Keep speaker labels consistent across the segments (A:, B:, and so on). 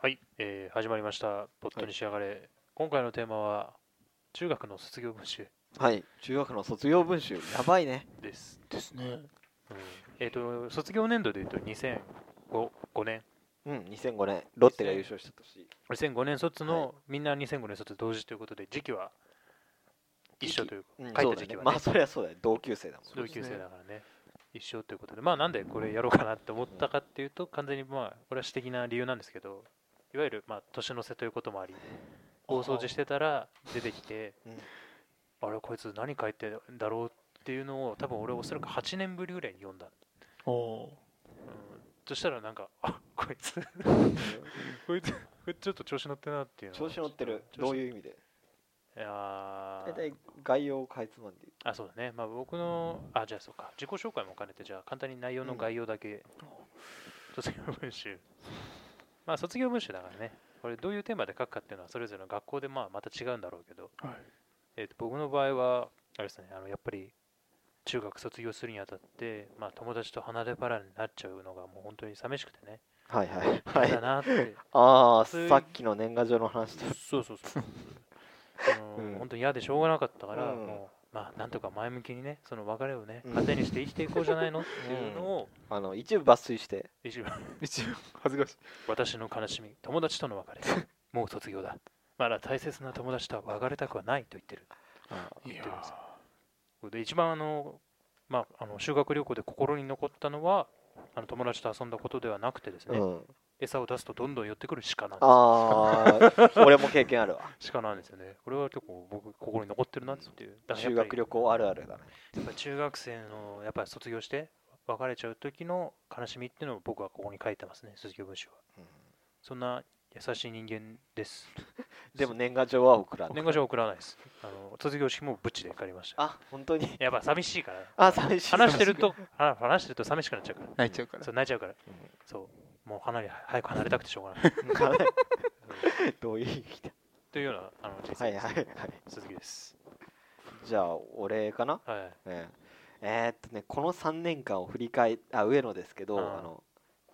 A: はい、えー始まりました「ポットに仕上がれ」今回のテーマは中学の卒業文集
B: はい中学の卒業文集やばいね
A: です、
C: ですね。
A: うんえー、と卒業年度でいうと2005 5年
B: うん2005年ロッテが優勝した年
A: 2005年卒の、
B: は
A: みんな2005年卒同時ということで時期は一緒という
B: うん
A: 書
B: そ
A: いうた
B: だ
A: 時期
B: ね
A: は、ね
B: まあそりゃそうだよ同級生だもん
C: う
A: 同
C: です
A: 級
C: ね
A: 生だからね一緒ということでまあなんでこれやろうかなって思ったかっていうと完全にまあこれは私的な理由なんですけどいわゆるまあ年の瀬ということもあり大掃除してたら出てきて
B: うん
A: あれこいつ何書いてんだろうっていうのを多分俺おそらく8年ぶりぐらいに読んだ、
C: おお
A: うん、そしたらなんか あこい つこいつこいつちょっと調子乗ってんなっていうの
B: 調子乗ってるどう
A: う
B: いう意味で
A: いやー
B: 大体概要をかいつまんで
A: あそうだねまあ僕のあじゃあそうか自己紹介も兼ねてじゃあ簡単に内容の概要だけ、卒業文集まあ卒業文集だからねこれどういうテーマで書くかっていうのはそれぞれの学校でまあまた違うんだろうけど、
C: ー。はい。
A: えー、と僕の場合はあれですねあのやっぱり中学卒業するにあたって、まあ、友達と離れ離れになっちゃうのがもう本当に寂しくてね、
B: はいはいは
A: 嫌だ
B: い
A: なって
B: ああ
A: そういう
B: さっきの年賀状の話だ
A: そう そうそうあの
B: うん
A: 本当に嫌でしょうがなかったから、
B: うん
A: もうまあなんとか前向きにねその別れをね
B: うん
A: 糧にして生きていこうじゃないのっていうの を、
B: あの一部抜粋して
A: 一番
C: 一応恥ずかしい。
A: 私の悲しみ友達との別れもう卒業だまだ大切な友達とは別れたくはないと言ってる
B: あ
A: い
C: い
A: や
C: や
A: で一番あの、まあ、あの修学旅行で心に残ったのはあの友達と遊んだことではなくてです
B: ー
A: ね、
B: うん
A: 餌を出すとどんどん寄ってくる鹿なんですよ
B: あー 俺も経験あるわ
A: 鹿なんですよねこれは結構僕心に残ってるなっていうだからや
B: 修
A: っぱり
B: 学旅行あるあるだね
A: やっぱ中学生のやっぱり卒業して別れちゃう時の悲しみっていうのを僕はここに書いてますね卒業文集は
B: うん
A: そんな優しい人間です
B: でも年賀状は送らない
A: 年賀状は送らないですあの卒業式もブッチで借りました
B: あ本当に
A: やっぱ寂しい から
B: あ寂しい
A: 話してるとあ話してると寂しくなっちゃうから
C: 泣いちゃうから
A: そう。泣いちゃうから、
B: うん
A: そうもう離れ早く離れたくてしょうが ない
B: どういう意味だ
A: というようなあの人
B: は
A: 生
B: い
A: で
B: は
A: す、
B: いはい
A: 鈴木です
B: じゃあ俺かな
A: はい
B: えええーっとねこの3年間を振り返あ上野ですけど、
A: うん
B: あの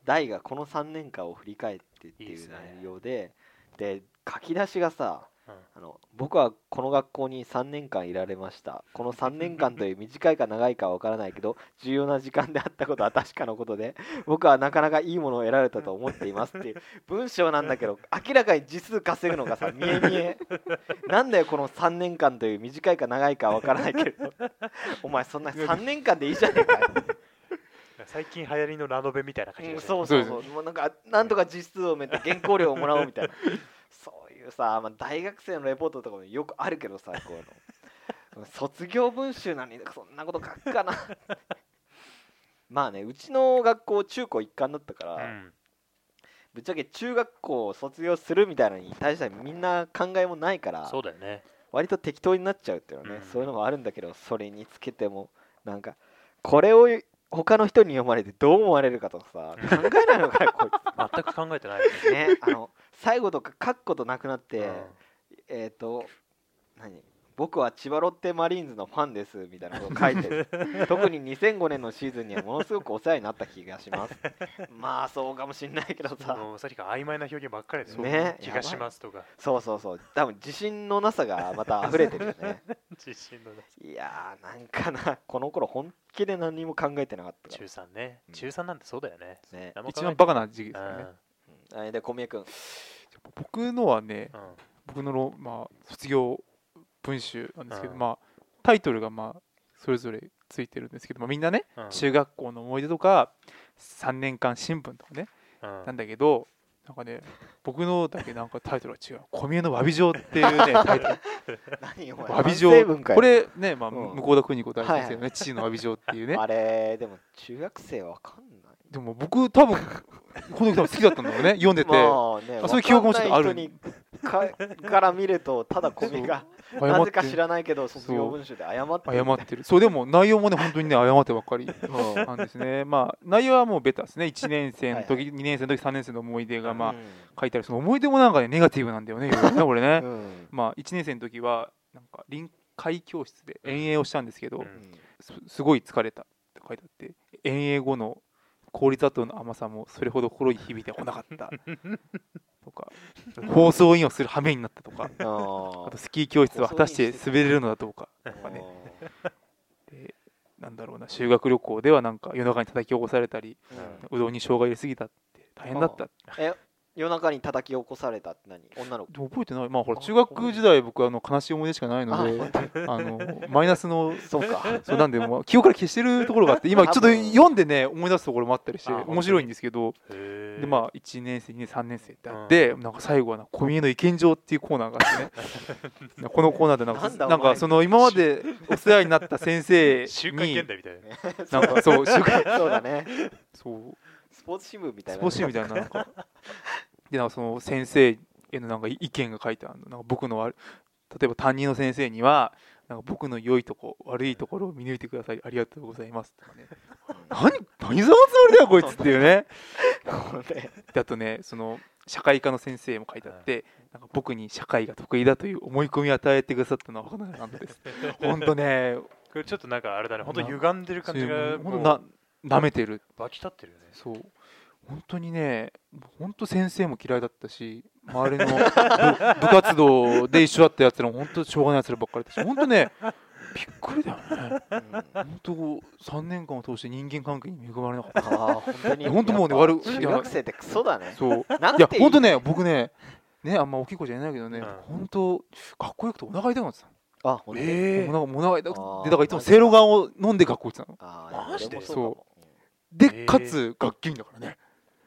B: 大がこの3年間を振り返ってって
A: いいっ
B: い
A: す
B: う
A: ね
B: 内容でで書き出しがさ
A: うん
B: あの僕はこの学校に3年間いられましたこの3年間という短いか長いかは分からないけど重要な時間であったことは確かのことで僕はなかなかいいものを得られたと思っていますっていう文章なんだけど明らかに字数稼ぐのがさ見え見えなんだよこの3年間という短いか長いかは分からないけどお前そんな3年間でいいじゃねえかよ
A: 最近流行りのラノベみたいな感じ
B: う
A: で
B: ん
A: すね
B: そうそうそうもうなんかなんとか実数を埋めて原稿料をもらおうみたいな そういうさ、まあ、大学生のレポートとかもよくあるけどさこういうの 卒業文集なのにそんなこと書くかな まあねうちの学校中高一貫だったから、
A: うん
B: ぶっちゃけ中学校を卒業するみたいなのに対してみんな考えもないから
A: そうだよね
B: 割と適当になっちゃうっていうのは
A: う
B: ね、
A: ん
B: そういうのもあるんだけどそれにつけてもなんかこれを他の人に読まれてどう思われるかとかさ
A: うん
B: 考えないのかよこいつ
A: 全く考えてないよね
B: ね、あの最後とか書くことなくなって、えっ、と何僕は千葉ロッテマリーンズのファンですみたいなことを書いて る特に2005年のシーズンにはものすごくお世話になった気がしますまあそうかもしんないけど
A: うん
B: さ
A: もうさっきから曖昧な表現ばっかりです
B: ねやばい
A: 気がしますとか
B: そうそうそう多分自信のなさがまた溢れてるよね
A: 自信のない
B: やーなんかなこの頃本気で何も考えてなかったか
A: 中3ね
B: うん
A: 中3なんてそうだよね
B: らね、
A: 何も考
C: 一
A: え
C: 番バカな時期ですよね。
B: うんあれで小宮君
C: 僕のはね
A: う、んうん
C: 僕のろまあ卒業文集なんですけど、
A: うん
C: まあタイトルがまあそれぞれついてるんですけど、まあみんなね、
A: うん
C: 中学校の思い出とか、3年間新聞とかね、
A: うん
C: なんだけど、なんかね、僕のだけなんかタイトルが違う。小宮の詫び状っていう ね、タイトル。
B: 何お前
C: 詫び
B: 反
C: 状
B: 省文かよ
C: これね、まあ、
B: うん
C: 向田邦子大先生
B: はい
C: の
B: は
C: ね、父の詫び状っ ていうね。
B: あれでも中学生わかんない
C: でも僕、多分、この時多分好きだったんだろうね、読んでて、
B: まあね
C: あそういう記憶もちょっとある
B: わかんない人にかから見るとただコミがな
C: 謝っ
B: ぜか知
C: て、
B: らないけど卒業文集で謝って
C: 謝ってる。そう、でも内容もね、本当にね、謝ってばっかり
B: うん
C: なんですね。まあ、内容はもうベタですね。1年生の
B: は
C: 時、2年生の時、3年生の思い出が、ま
B: う
C: あ、書いてある。その思い出もなんかね、ネガティブなんだよね、いろ いろね、俺ね。
B: ん
C: まあ、1年生の時は、なんか、臨海教室で遠泳をしたんですけど、
A: うん
C: すすごい疲れたって書いてあって遠 泳後の氷砂糖の甘さもそれほど心に響いてこなかったとか放送委員をする羽目になったとか
B: あ
C: あ
B: ー
C: とスキー教室は果たして滑れるのだどうかとかねでなんだろうな修学旅行ではなんか夜中に叩き起こされたり
B: うん
A: うん
C: うどんに生姜入れすぎたって大変だったって
B: え夜中に叩き起こされたって何女の子
C: でも覚えてないまあほら
B: あ
C: 中学時代僕あの悲しい思い出しかないので
B: あ
C: あのマイナスの
B: そうか
C: そうなんでもう記憶から消してるところがあって今ちょっと読んでね思い出すところもあったりして
B: あ本当に
C: 面白いんですけど
A: で
C: でまあ1年生2年3年生ってあって、なんか最後はなんか「小宮の意見状」っていうコーナーが あってねこのコーナーでなん
B: な
C: か
B: んだお
C: な
B: 前
C: んかその今までお世話になった 先生
A: 週刊
C: に
A: 現代みたいな
C: なんかそう週刊
B: そうだね
C: そう
B: スポーツ新聞みたい
C: ス
B: な
C: ポーツ紙みたいななんかでなんかその先生へのなんか意見が書いてあるのなんか僕の悪い例えば担任の先生にはなんか僕の良いとこ悪いところを見抜いてくださいありがとうございますとかね何何様のつもりだよこいつっていうね
B: これ
C: だとねその社会科の先生も書いてあって、なんか僕に社会が得意だという思い込みを与えてくださったのは本当なんです。本当ね、
A: これちょっとなんかあれだね本当歪んでる感じが
C: 本当
A: もう
C: な舐めてる。
A: 湧き立ってるよね
C: そう。本当にね、本当先生も嫌いだったし、周り の部部活動で一緒だったやつらも本当しょうがないやつらばっかりだし、本当ね、びっくりだよね。
B: うんあ
C: 本当3年間を通して人間関係に恵まれなかっ
B: ー
C: た。
B: 本当に
C: 本当もうね
B: やっぱ
C: 悪い
B: 中学生ってクソだね
C: そう。
B: なん
C: いや
B: てい
C: 本当
B: ね
C: ね僕ねねあんま大きい子じゃないけどね、
A: うん
C: 本当かっこよくてお腹痛くなってたの、
B: あ本当に
A: え
C: お腹お腹痛く
B: あー
C: てだからいつもせいろがんを飲んで学校行ってたの
B: あー
A: マジで
B: 俺もそう
A: へ
C: で
A: ー
C: かつ学級委員だからね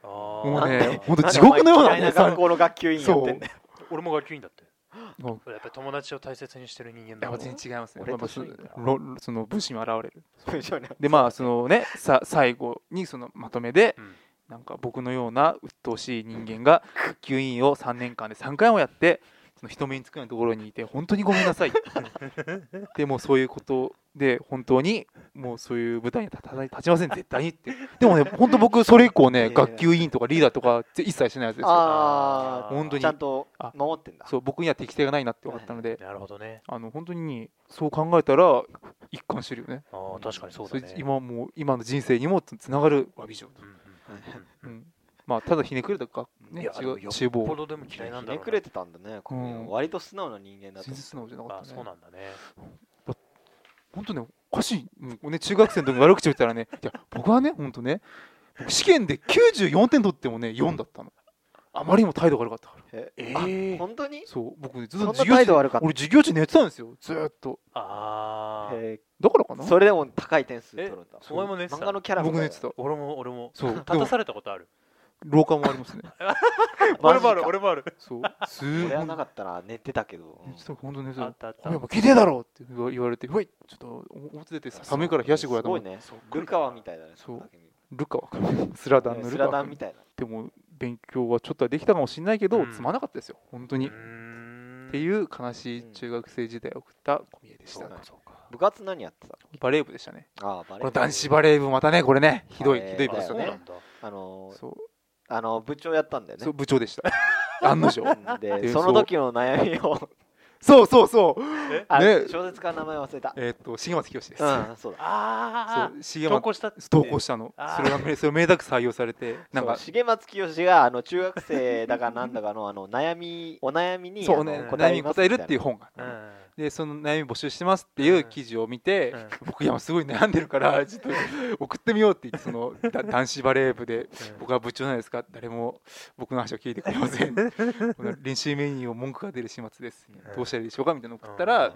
A: あ
C: もう
A: ー
B: なん
C: ね
B: で
C: 本
B: かも
C: 当地獄のような
B: なんでお前嫌
C: ね
B: いな学校の学級委員やってんだよ
A: 俺も学級委員だって
C: さもう
A: やっぱり友達を大切にしてる人間
C: い
A: だ
C: や
A: もん
C: 全然違いますね
B: 俺
C: やっぱ
B: と一緒にいたら
C: そのろその武士に現れる
B: そうでしょうね
C: でまあそのねさ最後にそのまとめで、
A: うん
C: なんか僕のような鬱陶しい人間が学級委員を3年間で3回もやってその人目につくようなところにいて本当にごめんなさいでもうそういうことで本当にもうそういう舞台に立たない立ちません絶対にってでもね本当僕それ以降
B: いや
C: ね
B: いや
C: 学級委員とかリーダーとかって一切しないやつですよ
B: あ
C: 本当
B: あ
C: に
B: ちゃんと
C: あ
B: 守ってんだ
C: そう僕には適性がないなって分かったので
A: なるほどね
C: あの本当にそう考えたら一貫してるよね
A: あー確かにそうだね
C: れ今もう今の人生にもつながる詫び状と、
A: うんうん
C: う
A: うん
C: んまあただひねくれたか
A: い
C: ね
A: やでもよ
C: 違う
A: っ
C: 厨
A: よっぽ
C: 房
A: どでも嫌いなん
B: ひ
A: だろう
B: ね
A: な
B: くれてたんだね小宮
C: うん
B: 割と素直な人間だと
C: 全然素直じゃなか
A: あ
C: った
A: そう
C: ね
A: なんだね
C: 本当ねおかしいもうね中学生の時に悪口言ったらねいや僕はね本当ね僕試験で94点取ってもね4だったのあまりにも態度が悪かったから
B: え
A: え
B: あ
A: ー
B: 本当に
C: そう僕ねずっ
B: そんな
C: と授業
B: 態度
C: 中
B: 悪かった
C: 俺授業中寝てたんですよずーっと
A: ああ
B: へ
C: だからか
B: ー
C: な
B: それでも高い点数取るんだ
A: お前も寝てた
B: 漫画のキャラみ
C: 僕
B: たい
C: 寝
B: だ
C: てた
A: 俺も俺も
C: そう
A: 立たされたことある
C: 廊下もありますね
B: マジか
A: もある
C: そうす
B: 俺は
C: ー
B: なかったな寝てたけどうん
C: ちょっと本当に寝て
A: あ
C: た
A: ったあっ
C: お前やったぱ聞いてえだろって言わ言われて、ほい、ちょっと表出てさ寒いから冷やしてこいや
B: す
C: と思
B: ごい
C: って、
B: ね
A: そっか
B: ルカワみたいだね
C: そう
B: だけ見る
C: ルカワ君、 スラダンの
B: ス
C: ルカ
B: ラ
C: ワ
B: ダン
C: 君
B: みたいな
C: でも勉強はちょっとはできたかもしれないけど、
A: うん
C: つまんなかったですよ、本当に。
A: うーん
C: っていう悲しい中学生時代を送った小宮でし
A: そ
C: た
A: う。かそうか
B: 部活何やってた
C: バレー部でしたね。
B: ああバ
C: こ
B: レ
C: の
B: ー
C: 男子バレー部またね、これね、ひどい、
B: あれ
C: ひどい部
A: あ
C: で
B: だ
C: した
A: そう
B: よね
A: な
C: ね。
A: んだ
B: あの
C: そう、
B: あの部長やったんだよ
C: そう
B: ね
C: 部長でした。案の定。
B: で
C: で
B: その時の悩みを
C: そうそうそう。
B: あ
C: ね
B: 小説家の名前忘れた
C: えーっと、重松清です。
B: うんそうだ
A: あーあ
C: そう、重
A: ー投
C: 松。
A: 稿したって
C: 投稿したの。
A: あー
C: それが、それを明確採用されて、なんか
B: そう、重松清があの中学生だかなんだかのあの悩みお悩みに
C: そう
B: あ
C: ね、
B: の
C: 悩みに
B: ます
C: 答えるっていう本があっ
A: う
C: たの。
A: ん
C: でその悩み募集してますっていう記事を見て、
A: うん
C: 僕今すごい悩んでるから ちょっと送ってみようって言ってそのだ男子バレー部で僕は部長なんですか誰も僕の話を聞いてくれ ませんこの練習メニューを文句が出る始末です
A: うん
C: どうしたらいいでしょうかみたいなの送った
A: う
C: ら
A: ん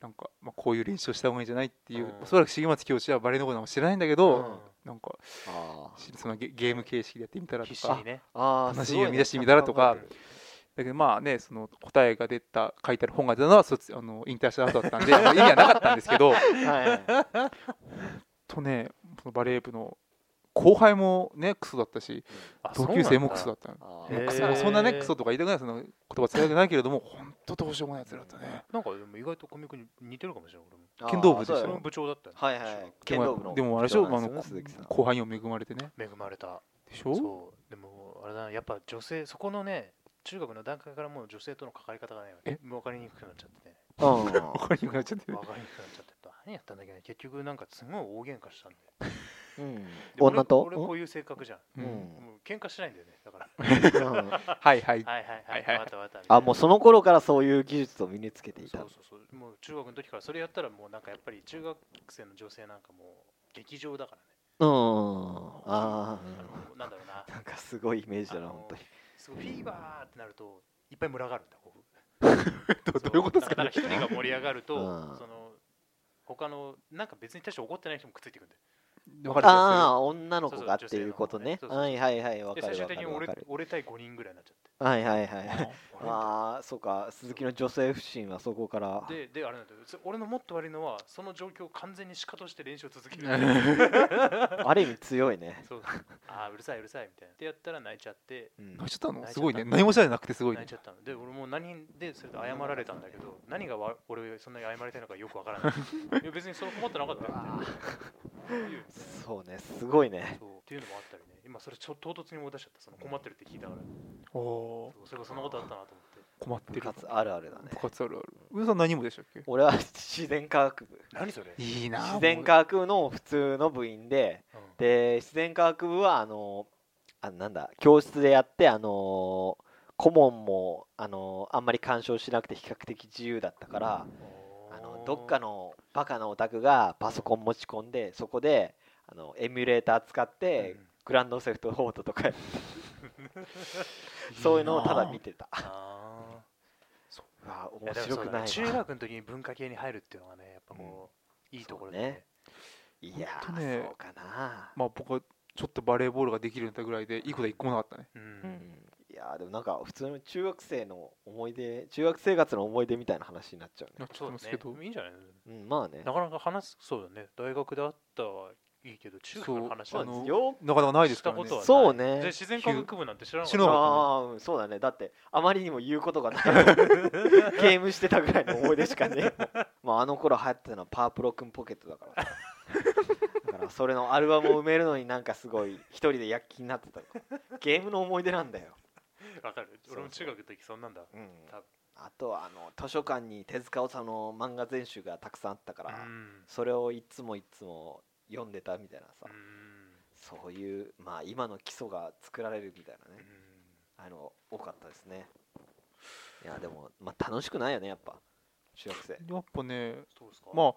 C: なんか、まあ、こういう練習をした方がいいんじゃないっていう
A: うん
C: おそらく重松教師はバレーのことも知らないんだけ
A: う
C: ど
A: ん
C: なんか
B: あー
C: そのゲゲーム形式でやってみたらと
A: 必死
C: か
A: にね
B: あー
C: 話
B: すごい
C: を
B: ね
C: 見出してみたらと
B: ちゃ
C: か
B: ん考
C: だけどまあねその答えが出た書いてある本が出たのは卒あの引退した後だったんでまあ意味はなかったんですけど。
B: えてるはい
C: とねそのバレー部の後輩もねクソだったし
A: あ
C: 同級生もクソだ
A: そう
C: った
B: あ
C: のもう
A: へ
C: ク
A: え
C: ソまあそんなねクソとか言いたくないその言葉使いたくないけれども本当どうしようもないやつらだったね
A: なんだなんかでも意外と小宮君に似てるかもしれない俺も
B: ー
C: 剣道部でしょ
B: そうだ
A: そ
B: よ
A: の部長だったよね
B: はいはい剣道部の
C: でもあれでしょ
B: 部長なん
C: あの
B: すよね鈴木さん
C: 後輩にも恵まれてね
A: 恵まれた
C: でしょ
A: そうでもあれだなやっぱ女性そこのね中学の段階からもう女性との関わり方がね
C: え
A: 分かりにくくなっちゃってね
B: うん
C: 分かりにくくなっちゃって
A: 分かりにくくなっちゃって何やったんだっけど結局なんかすごい大喧嘩したんで
B: うん、
A: で俺
B: 女と
A: 俺こういう性格じゃん。
B: う
C: うんん
A: もう喧嘩しないんだよね。だから。
B: うん
C: はいは
A: は
C: い
A: いはい
C: は
A: はいい。
C: は
A: わ
C: い
A: かったわかった。
B: あもうその頃からそういう技術を身につけていた
A: そうそうそう。もう中学の時からそれやったらもうなんかやっぱり中学生の女性なんかもう劇場だからね。
B: うんあ
A: あ
B: あ
A: のなんだろうな。
B: なんかすごいイメージ
A: あ
B: だな
A: の
B: 本当に
A: すごいフィーバーってなるといっぱい群がるんだ。こうそう
C: どどういうことです
A: な
C: かね
A: ん一人が盛り上がると、
B: うん
A: その他のなんか別に大して怒ってない人もくっついてくるんだよ
C: わかる気がする
B: ああ女の子がっていうことね
A: そうそう
B: はいはいはいわ
A: で
B: か
A: 最
B: る
A: 終
B: わか
A: 的に
B: るわ
A: 俺
B: かる
A: 俺対5人ぐらいになっちゃって
B: はいはいはい
A: 俺
B: ああそうか鈴木の女性不信はそこから
A: でであれなんだよそ俺のもっと悪いのはその状況を完全にシカとして練習を続ける
B: ある意味強いね
A: そう ああうるさいうるさいみたいなでやったら泣いちゃって
B: うん
C: 泣いちゃったの
A: 泣いちゃった
C: すごいね。何もしゃなくてすごい
A: 泣い
C: ね
A: ち。ゃったので俺もう何でそれで謝られたんだけど何がわ俺そんなに謝りたいのかよくわからないいや別にそれ困ってなかったよみたいな言う
B: そうねすごいね
A: そうっていうのもあったりね今それちょ唐突に思い出しちゃったその困ってるって聞いたから
C: おお
A: そうそれがそんなことあったなと思って
C: ー、困って
B: 部
C: る。
B: 活あるあるだね
C: 部活あるある。上田さん何もでしたっけ
B: 俺は自然科学部
A: 何それ、うん
C: いいなあ。
B: 自然科学部の普通の部員でで自然科学部はあのあなんだ教室でやってあの顧問もあのあんまり干渉しなくて比較的自由だったからあのどっかのバカなオタクがパソコン持ち込んでそこであのエミュレーター使って
A: うん
B: グランドセフトフォートとかそういうのをただ見てた
A: あ
B: うわ
A: ーいや
B: 面
A: でも
B: 白
A: そう
B: く
A: だ
B: な
A: ね
B: いわ
A: 中学の時に文化系に入るっていうのがねやっぱこう、いいところでね
B: いや
C: ほんと
B: ー
C: ね
B: そうかな
C: まあ僕はちょっとバレーボールができるようになったぐらいでいいことは一個もなかったね。
A: う
B: うんんいやーでもなんか普通の中学生の思い出中学生活の思い出みたいな話になっちゃうね
C: なっちゃ
A: そ
C: っ
A: うで
C: てます
A: す
C: け
A: ね
C: ど。
A: いいんじゃない
B: うんまあね
A: なかなか話すそうだね大学であったはいいけど中学の話
B: そ
A: は
B: うです
C: あの
B: よ
C: なかなかないです
A: し
C: か
A: た
C: らね。
A: ことはない
B: そうね
A: で自然科学部なんて知らなかっ
C: 知
A: た
C: らなかっ
B: ああうんそうだねだってあまりにも言うことがないゲームしてたぐらいの思い出しかねえもんまああの頃流行ってたのはパープロくんポケットだからさだからそれのアルバムを埋めるのになんかすごい一人で躍起になってたゲームの思い出なんだよ、
A: わか る俺も中学の時そんなんだ
B: うん
A: 多分
B: あとはあの図書館に手塚治虫の漫画全集がたくさんあったから、
A: うん
B: それをいつもいつも読んでたみたいなさ、
A: うん
B: そういうまあ今の基礎が作られるみたいなね、
A: うん
B: あの多かったですねいやでも、まあ、楽しくないよねやっぱ中学生
C: やっぱね、
A: そうですか
C: まあ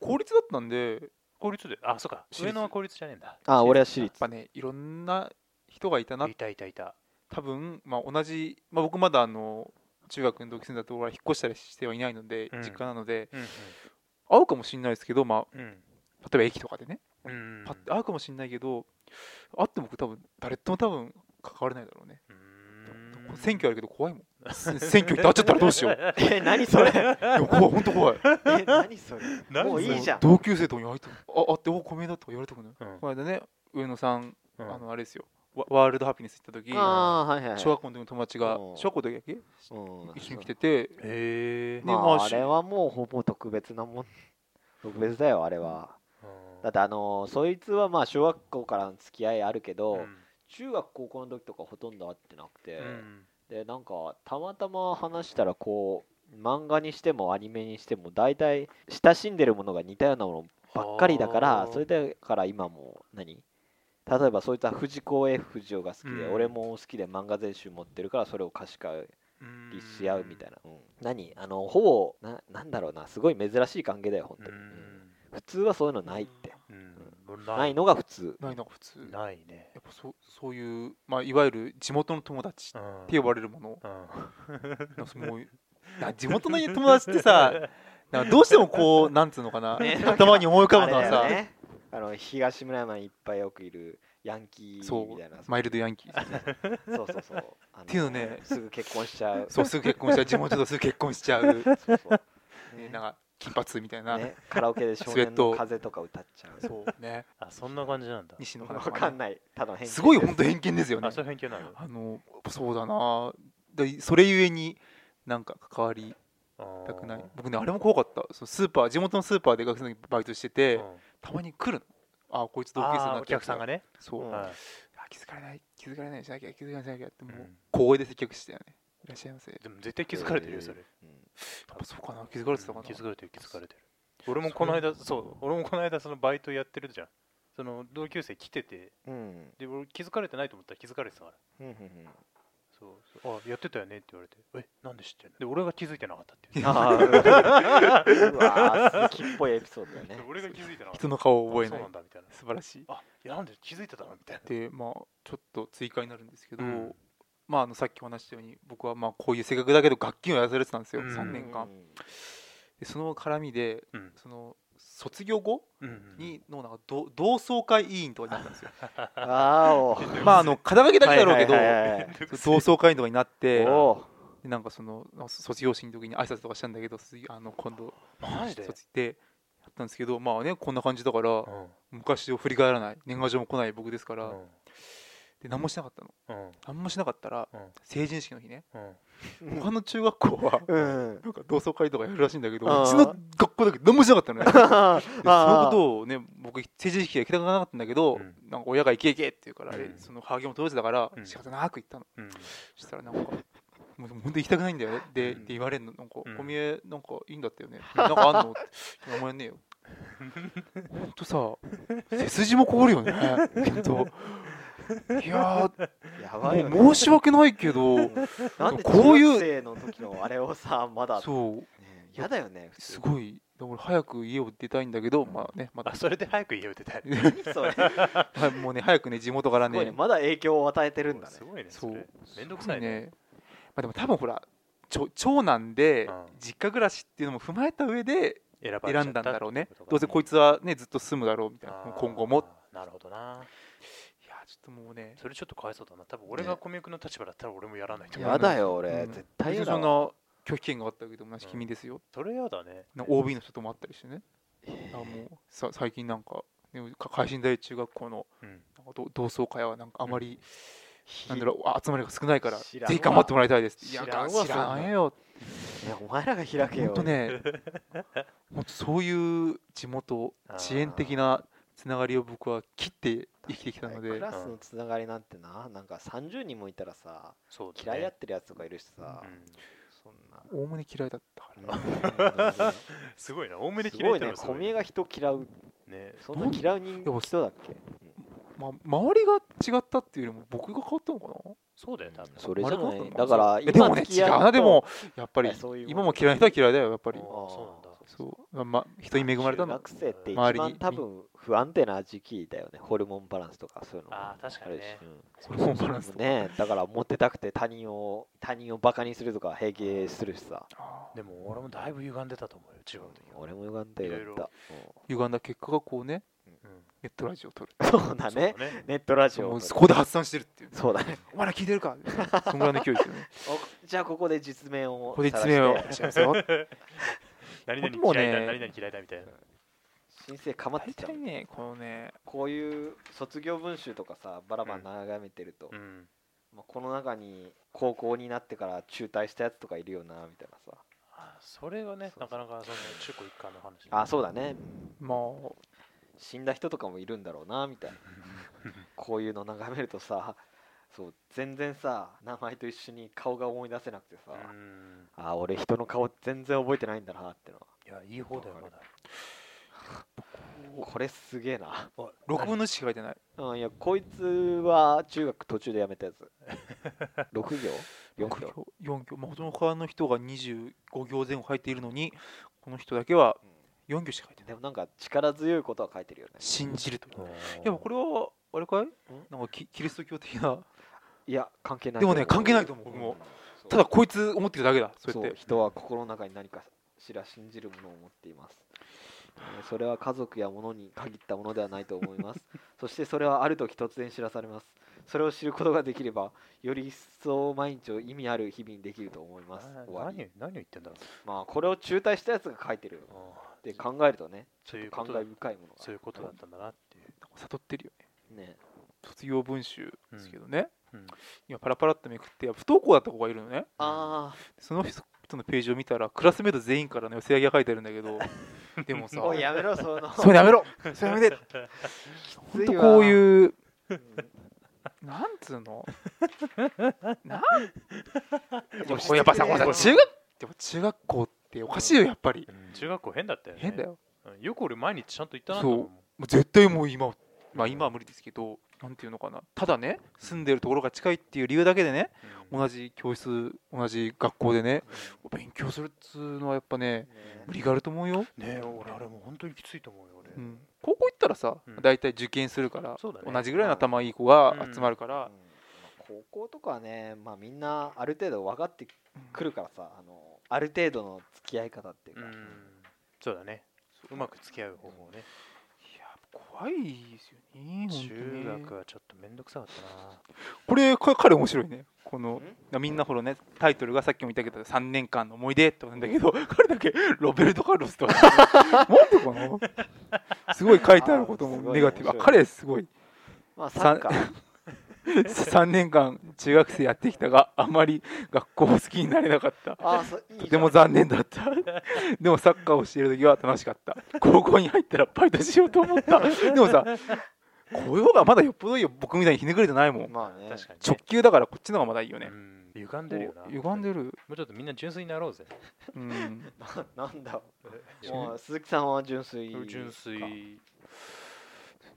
C: 公立だったんで、やっ
A: 公立であそうか
C: 私立
A: 上野は公立じゃねえんだ
B: あ俺は私
A: 私
B: 立
A: 立。
C: ぱねいろんな人がいたない
A: たいたいた
C: 多分まあ同じ、まあ僕まだあの中学の同期生だところは引っ越したりしてはいないので、
A: うん
C: 実家なので
A: うん
C: 会うかもしれないですけど、まあ
A: うん
C: 例えば駅とかでね。
A: うん
C: パッて会うかもしれないけど会っても僕多分誰とも多分関われないだろうね、
A: うーん
C: 選挙あるけど怖いもん 選挙行って会っちゃったらどうしようい
B: え何それ
C: や怖い本当怖い
B: え何それ
A: 何
B: もういいじゃん
C: 同級生とかに会いたいあ会って「お米だ」とか言われたくない
A: うん
C: この間ね上野さん、
A: うん
C: あのあれですよワワールドハピネス行った時
B: ああはいはい
C: 小学校の時の友達が
B: うん
C: 小学校の時だけ
B: うん
C: 一緒に来てて
A: へえ
B: ま
C: ま
B: あ、
C: あ
B: あれはもうほぼ特別なもん 特別だよあれはだってあのーそいつはまあ小学校からの付き合いあるけど、中学高校の時とかほとんど会ってなくて、でなんかたまたま話したらこう漫画にしてもアニメにしても大体親しんでるものが似たようなものばっかりだからそれだから今も何例えばそいつは藤子 F 不二雄が好きで、
A: うん
B: 俺も好きで漫画全集持ってるからそれを貸し借りし合うみたい
A: い
B: な、うん何あのほぼななんだろうなすごい珍しい関係だよ本当に、うん普通はそういうのないって、
A: うん
B: ないのが普通
C: ないなんか普通やっ
A: ないね
C: ぱそうそういう、まあ、いわゆる地元の友達
A: っ
C: って呼ばれるもの
A: ば
C: なんかもうな 地元の友達ってさなんかどうしてもこうなんつうのかな、
B: ね
C: 頭に思い浮か
B: あ
C: ぶ
B: れ
C: のは
B: だ
C: さ、
B: よねあの東村山にいっぱいよくいるヤンキ
C: そ
B: ーみたいな
C: うマイルドヤンキー
B: そうそうそう。っ
C: っていうのね
B: すぐ結婚しちゃう。
C: そうすぐ結婚しちゃう地元とすぐ結婚 しちゃう、
B: そうそう
C: ね
B: ね
C: なんか金髪みたいな、
B: ねカラオケで少
C: スウェ
B: 年
C: ット
B: の風とか歌っちゃう。
C: そう ね
A: あそんな感じなんだ
C: 西野
B: わ
C: カナと
B: か
C: かね
B: んない。ただ偏見です
C: ごい本当偏見ですよね
A: あそういう偏見なの
C: あのそうだなでそれゆえになんか関わり
A: あー
C: たくない僕ねあれも怖かったそうスーパー地元のスーパーで学生の時バイトしてて、
A: うん
C: たまに来るのあこいつ同級生に
A: あ
C: な
A: ー
C: っ
A: お
C: てる
A: 客さんがね
C: そう、
B: うん
A: はい
C: あ気づかれない気づかれないしなきゃ気づかれないしなきゃってもう、
A: うん
C: 小声で接客してたよねいらっしゃいませや
A: でも絶対気づかれてるよそれ
B: うん
C: っぱそうかな気づかれてたかな
A: 気づかれてる気づかれてる俺もこの間そう俺もこの間そのバイトやってるじゃんその同級生来てて
B: うん
A: で俺気づかれてないと思ったら気づかれてたから
B: うんうん うん
A: そうそうあやってたよねって言われてえなんで知ってんので俺が気づいてなかった っていう
B: ああうわー鈴木っぽいエピソード だ
A: そう
B: ね
A: 俺が気づいてなかった
C: 人の顔を覚え
A: あそう
C: ない
A: なんだみたいな
C: 素晴らしい
A: あいやなんで気づいてたのみたいな
C: でまあちょっと追加になるんですけど、
A: うん
C: まあ、あのさっきお話ししたように僕はまあこういう性格だけど楽器をやらされてたんですよ、
A: うん
C: 3年間
B: う、ん
C: でその絡みで
A: うん
C: その卒業後
A: うんうん
C: にのなんか同同窓会委員とかになったんですよ
B: あーおう
C: まああの肩書きだけだろうけど、
B: はいはいはいはい
C: そう同窓会員とかになって
B: おう
C: でなんかその卒業式の時に挨拶とかしたんだけど卒あの今度
A: マジで
C: 卒でやったんですけどまあねこんな感じだから
A: うん
C: 昔を振り返らない年賀状も来ない僕ですか
A: う
C: ら、
A: ん
C: で何もしなかったの
A: うん
C: 何もしなかったら
A: うん
C: 成人式の日ね
A: うん
C: 他の中学校は
B: うん
C: なんか同窓会とかやるらしいんだけど
B: あー
C: うちの学校だけ何もしなかった のねで
B: あ
C: その
B: あ
C: ことをね僕成人式は行きたくなかったんだけど、
A: うん
C: なんか親が行け行けって言うから、あれ
A: うん
C: そのハーゲも届いてたから
A: うん
C: 仕方なく行ったの、
A: うん
C: そしたらなんかもう本当に行きたくないんだよねで、
A: うん
C: って言われるのなんか、
A: うん
C: 小宮なんかいいんだったよねなんかあんのいやお前ねえよほんとさ 背筋も凍るよねほんといや
B: やばいよ
C: ー
B: ね
C: もう申し訳ないけ ど
B: なんで
C: こ
B: こ
C: う
B: う
C: い
B: いうう生の時のあれをさまだ
C: そう
B: ねやだよね普通
C: すごいだから早く家を出たいんだけどまあねまた
A: あそれで早く家を 出たい
B: 何それす
C: はい もうね早くね地元から
B: ごい
C: ね
B: ねまだ影響を与えてるんだね
A: すごいね
C: そ
A: そうれめんどくさいね
C: ねまあでも多分ほらちょ長男で
A: うん
C: 実家暮らしっていうのも踏まえた上で
A: 選ばれちゃっ
C: 選んだんだろうね
A: たって
C: ど
A: と
C: うせ
A: か
C: こいつはねずっと住むだろうみたい
A: あ
C: な
A: ー
C: 今後も
A: なるほどない
C: やちょっともうね
A: それちょっとかわいそうだな多分俺
C: ね
A: がコミックの立場だったら俺もやらないと思う
B: やだよ
C: う
B: 俺
C: ん
B: 絶対
C: 別
B: や
C: に
B: だ
C: そん
B: わ
C: な拒否権があったわけでもなし
A: うん
C: 君ですよ
A: それやだね
C: な OB の人ともあったりしてねあもうさ最近なんかねか海進大中学校の
A: うん
C: なんか同同窓会はなんかあまり
B: ひ
C: なんだろうあ集まりが少ないから
B: 知
C: ぜ
B: らんわ
C: ひ頑張ってもらいたいですっていや
B: 知らんわ
C: 知ら
B: そん
C: ん
B: な
C: よ
B: いやお前らが開け
C: 本
B: よ
C: 当ねほんとそういう地元遅延的なつながりを僕は切って生きてきたの
B: ク
C: で
B: ラスのつながりなんてななんか30人もいたらさ
A: そうだね
B: 嫌いやってるやつとかいるしさ
A: うん
B: そんな
C: おおむね嫌いだったか
B: うん
A: すごいな多めです嫌
B: ご
A: い
B: い
A: だ
B: ね
A: ろ
B: 小見えが人嫌う
A: ね
B: そんな嫌う人人だっけ
C: ら、まあ、周りが違ったっていうよりも僕が変わったのかな
A: そうだよ多分
B: それじゃな
C: 周り
B: い
C: が
B: だ
C: 変わったの
B: から
C: そうでもね
B: 付
C: 違
B: き合う
C: うな
B: と
C: でもやっぱり
B: はいそういうもん
C: 今も嫌いな人は嫌いだよやっぱり
A: あーそうなんだ
C: そうまあまあ人に恵まれた
B: 中
C: の
B: 学生って一
C: 周りに
B: 番多分不安定な時期だよねホルモンバランスとかそういうのも
A: あー確かにね
B: あるしうん
C: ホルモンバランス
B: ねだからモテたくて他人を他人をバカにするとか平気するしさ
C: あー
A: でも俺もだいぶ歪んでたと思うよ中学の時は
B: 俺も歪んだ
A: いろ
B: よ
A: い
B: だ
A: ろ
C: 歪んだ結果がこうね
A: うん
C: ネットラジオを撮る
B: そう
A: そうだ
B: だね
A: ね
B: ネットラジオ
C: も
B: を
C: うそこで発散してるっていう
B: そうだね
C: お前ら聞いて るかそんぐらいの勢いですよね
B: おじゃあここで実名を
C: ここで実名を
B: 晒して
C: しますよ
A: 何
C: 僕も
A: 々
C: ね
A: 嫌いだ何々嫌いだみたいな
B: 申請かまって き
C: 大
B: ちゃう
C: 体ねこのね
B: こういう卒業文集とかさバラバラ眺めてると、
A: うん
B: まあ、この中に高校になってから中退したやつとかいるよなみたいなさ
A: あそれはね
B: そう
A: なかなかその中高一貫の話
B: あそうだね
C: まあ
B: 死んだ人とかもいるんだろうなみたいなこういうの眺めるとさそう全然さ名前と一緒に顔が思い出せなくてさ、
A: うん
B: あ俺人の顔全然覚えてないんだなっての
A: いやいい方だよまだ
B: はこれすげえな、
C: 6分の1しか書いてない
B: うん、いやこいつは中学途中で辞めたや つ6行4行
C: 行4行、まあ、ほとんど他の人が25行前後入っているのにこの人だけは4行しか入ってない
B: でもなんか力強いことは書いてるよね
C: 信じるという
A: い
C: いやこれはあれかいなんかキキリスト教的ない
B: や関係ない
C: でもね関係ないと思う僕もただこいつ思ってるだけだそう
B: そ
C: やっ
B: う
C: て
B: 人は心の中に何かしら信じるものを持っていますえーそれは家族や物に限ったものではないと思い ますそしてそれはある時突然知らされますそれを知ることができればより一層毎日を意味ある日々にできると思います終わり
A: 何何を言ってんだろう
B: まあこれを中退したやつが書いてる
A: あー
B: って考えるとね
A: そういうこ
B: 感
A: とだ
B: 慨深いもの
A: そういうことだったんだなっていう
C: 悟ってるよね
B: がね
C: 卒業文集ですけどね、
A: うん
C: 今パラパラっとめくってやっぱ不登校だった子がいるのね
B: あ
C: その人のページを見たらクラスメート全員からの寄せ上げが書いてあるんだけどでも
B: あ
C: さ
B: おいやめろその
C: それやめろ それやめて本当こう
B: う
C: いう
B: うん
C: なんつうのなん
B: で
C: で
B: も
C: もこれやっぱさ
B: 失礼だよ
C: ほら中学でも中学校っておかしいよやっぱり
A: うん中学校変だったよね
C: 変だよ
A: うんよく俺毎日ちゃんと行ったなと思う
C: もう絶対もう今まあ今は無理ですけどなんていうのかなただね住んでるところが近いっていう理由だけでね
A: うん
C: 同じ教室同じ学校でね勉強するっつうのはやっぱね無理があると思うよ、
A: ねえ俺あれもう本当にきついと思うよ俺、
C: うん、高校行ったらさ
A: うん
C: 大体受験するから、
A: そうだね
C: 同じぐらいの頭いい子が集まるから、
B: うん高校とかはね、まあ、みんなある程度分かってくるからさあのある程度の付き合い方っていう
A: う
B: か、
A: んそうだねうまく付き合う方法ね
C: いや怖いですよね本当に
A: 中学はちょっとめんどくさかった
C: これか彼面白いねこの
B: ん
C: みんなほらねタイトルがさっきも言ったけど3年間の思い出ってなん だけど彼だけロベルト・カルロスとはなんでかなすごい書いてあること
B: あーす
C: も
B: ごい
C: ネガティブあ
B: 面白い
C: 彼すごい
B: まあ、サッカー
C: 3年間中学生やってきたがあまり学校を好きになれなかった
B: あー そういいじゃん
C: とても残念だった でもサッカーをしている時は楽しかった高校に入ったらバイトしようと思 ったでもさこういう方がまだよっぽどいいよ僕みたいにひねくれてないもん
B: まあね
A: な確かに
C: 直
A: ね
C: 球だからこっちの方がまだいいよね
A: うん歪んでるよな
C: こう歪んで
A: る
C: る、
A: もうちょっとみんな純粋になろうぜ
C: うん、
B: ななんだろう
C: そう
B: もう鈴木さんは純粋
A: 純粋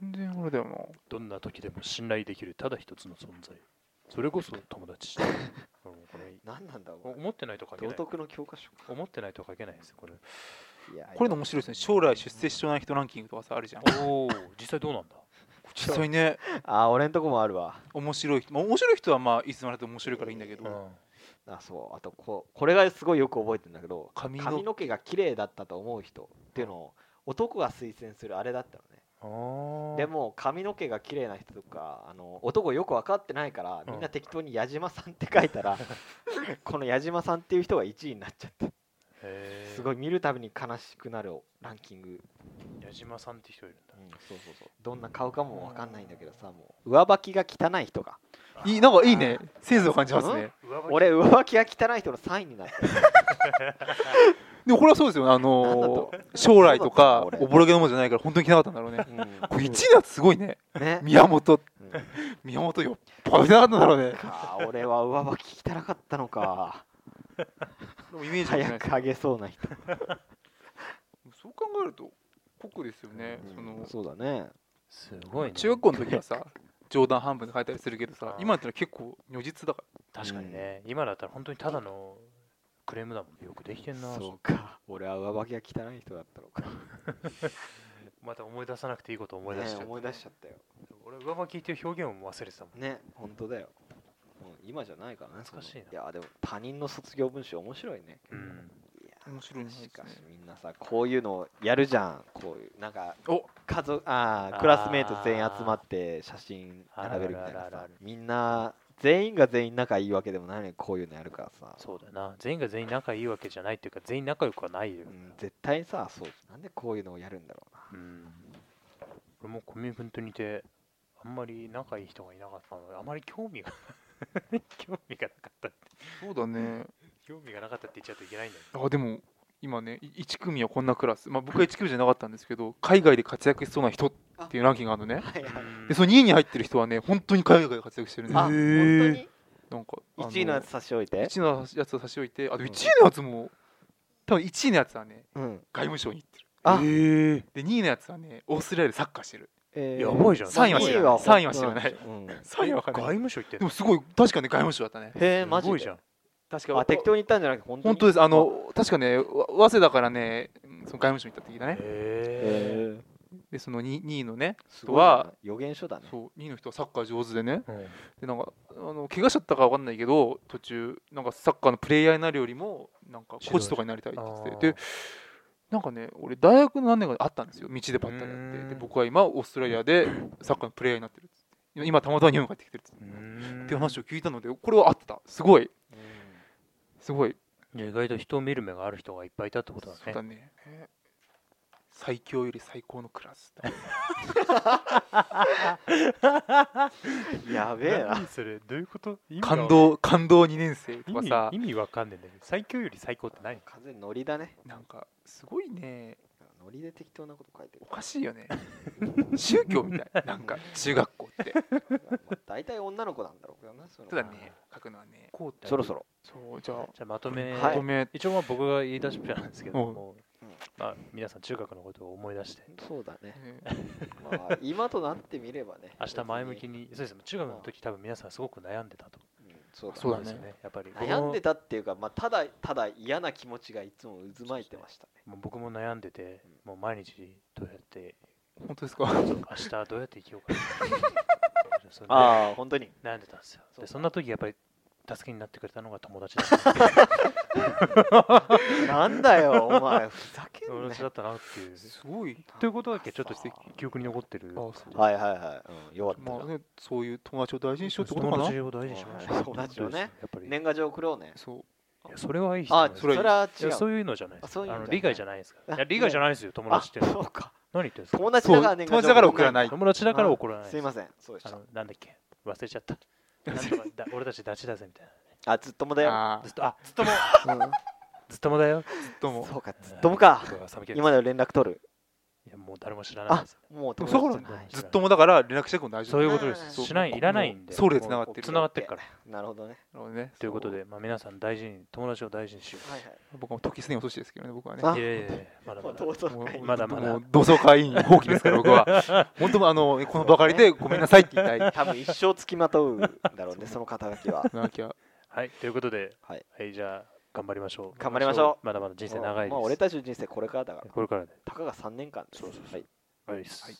C: 全然あれだよな
A: どんな時でも信頼できるただ一つの存在それこそ友達うんこれ
B: 何なんだろう
A: 思ってないと書け
B: 道
A: ない
B: 徳の教科書か
A: 思ってないと書けないですよこれ
B: いや
C: これの面白いですね将来出世しそうな人ランキングとかさあるじゃん
A: おお実際どうなんだ
C: 実際ね
B: あー俺んとこもあるわ
C: 面白い人、まあ、面白い人はまあいつまでも面白いからいいんだけど、
B: あそうあとここれがすごいよく覚えてるんだけど
C: 髪の
B: 髪の毛が綺麗だったと思う人っていうのを男が推薦するあれだったの
A: あ
B: ね
A: あ
B: でも髪の毛が綺麗な人とかあの男よく分かってないからみんな適当に矢島さんって書いた ら、この矢島さんっていう人が1位になっちゃってすご
A: い
B: い見るたびに悲しくなるランキング、
A: 矢島さんって人いるんだ
B: うんそうそうそうどんな顔かも分かんないんだけどさもう上履きが汚い人が
C: いいなんかいいねセンスを感じますね
B: 俺上履きが汚い人の3位になって
C: でもこれはそうですよねあのー将来とか
B: そうだったんだ俺
C: おぼろげのもんじゃないから本当に来なかったんだろうね
B: る、
C: これ1位だってすごいね
B: ね、
C: 宮本
B: うん
C: 宮本よっぽど来なかったんだろうね
B: か俺は上履き汚かったのか
C: でもイメージはね
B: 早くあげそうな人
C: そう考えると酷ですよね、
B: うん
C: その
B: そうだね
A: すごいね
C: 中学校の時はさ 冗談半分で書いたりするけどさ
A: あー
C: 今やったら結構如実だから
A: 確かにね、今だったら本当にただのクレームだもんねよくできてんな
B: そうか俺は上履きが汚い人だったのか
A: また思い出さなくていいこと思い出し
B: ね
A: ちゃった、
B: 思い出しちゃったよ
A: 俺上履きっていう表現を忘れてたもん
B: ね本当だよ、うん、今じゃないからね
A: 懐かしいな
B: そのいやでも他人の卒業文集面白いね
A: うん
B: いや
C: 面白いね
B: しかしみんなさこういうのやるじゃんこういうなんか
C: お
B: 家族あ
A: あ
B: ー
A: ー
B: クラスメート全員集まって写真並べるみたい
A: あるあ
B: な
A: るあるあ
B: さ
A: る
B: みんな全員が全員仲いいわけでもないのにこういうのやるからさ
A: そうだよな全員が全員仲いいわけじゃないっていうか全員仲良くはないよ
B: うん、絶対さそうなんでこういうのをやるんだろうな
A: うん俺も小宮君と似てあんまり仲いい人がいなかったのであまり興味が 興味がなかったって
C: そうだね
A: 興味がなかったって言っちゃうといけないんだよ
C: あでも今ねい1組はこんなクラス、まあ、僕は1組じゃなかったんですけど海外で活躍しそうな人っていうランキングがあるのね
B: はいはい
C: でその2位に入ってる人はね本当に海外で活躍してるね
B: あ、
C: なんか
B: 本
C: あ
B: 当に1位のやつ差し置いて
C: 1位のやつを差し置いてあと1位のやつも多分1位のやつはね
B: うん
C: 外務省に行ってる
B: あ
A: え
C: で2位のやつはねオーストラリアでサッカーしてる
B: え
A: やばいじゃん
C: 三位は知らな
B: 二
C: い三位は知らない
B: うんへ
C: 3位は分
A: 外
C: かんない
A: 務省行ってん
C: で
A: の
C: もすごい確かね外務省だったね
B: えマ
A: す
B: ジ
A: ごいじゃ
B: で
A: ん
C: 確か
B: あ適当に言ったんじゃなくて本当に
C: 本当ですあの確かねわ早稲田からねうんその外務省に行ったって聞いた
A: へ
C: ね
B: へえ
C: でその 2, 位のね
B: すごいな
C: は
B: 予言書だね
C: そう2位の人はサッカー上手でね
A: え、うん
C: でなんかあの怪我しちゃったかわかんないけど途中なんかサッカーのプレイヤーになるよりもなんかコーチとかになりたいって言って
A: あ
C: てでなんかね俺大学の何年かで会ったんですよ道でばったり会っ
A: う
C: て
A: ん
C: で僕は今オーストラリアでサッカーのプレイヤーになってるっつって今今たまたま日本に帰ってきてるっつって
A: っ
C: っていう話を聞いたのでこれは合ってたすごいすごい
A: 意外と人を見る目がある人がいっぱいいたってことだね
C: そうだね最強より最高のクラス
B: うんやべえな
A: 何それどういうこと意味が
C: 感動感動2年生と
A: 意
C: か
A: 味
C: さ
A: 意味わかんねえんだけど最強より最高って何
B: 完全にノリだね
C: なんかすごいね
B: ノリで適当なこと書いてる
C: おかしいよね宗教みたいなんか中学校 って
B: まあ大体女の子なんだろうけどなその
C: そうだね書くのはね
A: こうって
B: そろそろ
C: そうじゃあ
A: じゃあまとめ、
B: はい
C: まとめ
A: 一応まあ僕が言い出しっぺなんですけど
C: うん
A: もう
B: うん
A: まあ、皆さん中学のことを思い出して
B: そうだね、まあ、今となってみればね
A: 明日前向き
B: に、
A: にそうですね中学の時多分皆さんすごく悩んでたと
B: うんそうだ
C: そうだ
A: 思んですよねやっぱり僕も
B: 悩んでたっていうか、まあ、ただただ嫌な気持ちがいつも渦巻いてましたね
A: もう僕も悩んでてもう毎日どうやって
C: 本当ですか
A: そう明日どうやって生きようかなそれで
B: ああ本当に
A: 悩んでたんですよ
B: そ
A: で
B: うか
A: そんな時やっぱり助けになってくれたのが友達だっ た
B: なんだよお前ふざけん
A: 友
B: な
A: 達だ
B: よ
A: ったなっていう
C: すごい
A: ということだけちょっと
B: さ
A: 記憶に残ってる
C: あそう
B: はいはいはい、うん、よかった
C: ま
B: な
C: あねそういう友達を大事にしようってことか
A: 友
C: な
A: 達を大事にしましょう
B: はい友達をね
A: やっぱり
B: 年賀状送ろうね
C: そう
A: いやそれはいい人
B: あ
A: なんです
B: そ
A: よ
B: れはい違う
A: やそういうのじゃないで
B: あ
A: す
B: そういうの
A: あの
B: じゃない
A: 理解じゃないですからいや
B: あ
A: 理解じゃないですよ友
B: あ
A: 達っていうの
B: そ
A: は
B: うか
A: 何言ってるんですか
B: 友達だから
C: そう
B: 年賀状
C: 友達だから送らない
A: 友達だから怒らない
B: すいませんそうでし
A: あ
B: た
A: のなんだっけ忘れちゃ ったなんとかだ俺たちダチだぜみたい
B: あずっともだよ
C: あ
A: な
C: ー
A: ずっとあ
B: ずっとも
C: うん
A: ずっともだよ
C: どうも
B: そうかずっともか
A: 僕が寒気です
B: 今では連絡取る
A: いやもう誰も知らない
B: あ
A: です
B: もう
C: でも
B: 友
C: だ
B: 達じ
C: から
B: ゃない
C: ずっともだから連絡してくの大丈夫
A: そういうことで
B: うん
A: すしない
C: そう
A: いらないんで
C: 僧侶繋がってる
A: つながってるから
B: なるほどね
C: なるほどね
A: ということでまあ皆さん大事に友達を大事にしよ
B: はいはいう
C: 僕はもう時すでに遅しですけどね僕はね
B: あ
A: ういやいやいやまだ
B: も
A: ま
B: う
A: だ
B: 同窓
C: も
B: 会
C: う
A: まだまだ
C: もう同窓会員放棄ですから僕は本当あのこのばかりでごめんなさいって言いたい
B: 多分一生つきまとうだろうねその肩書きは
C: なきゃ
A: はいということでは
B: はい
A: いじゃあ頑張りましょう
B: 頑張りましょ
A: まだまだ人生長いです
B: まあ俺たちの人生これからだから
A: これからで
B: たかが3年間です
A: そうそうそう
B: はい
A: はいっす
C: はい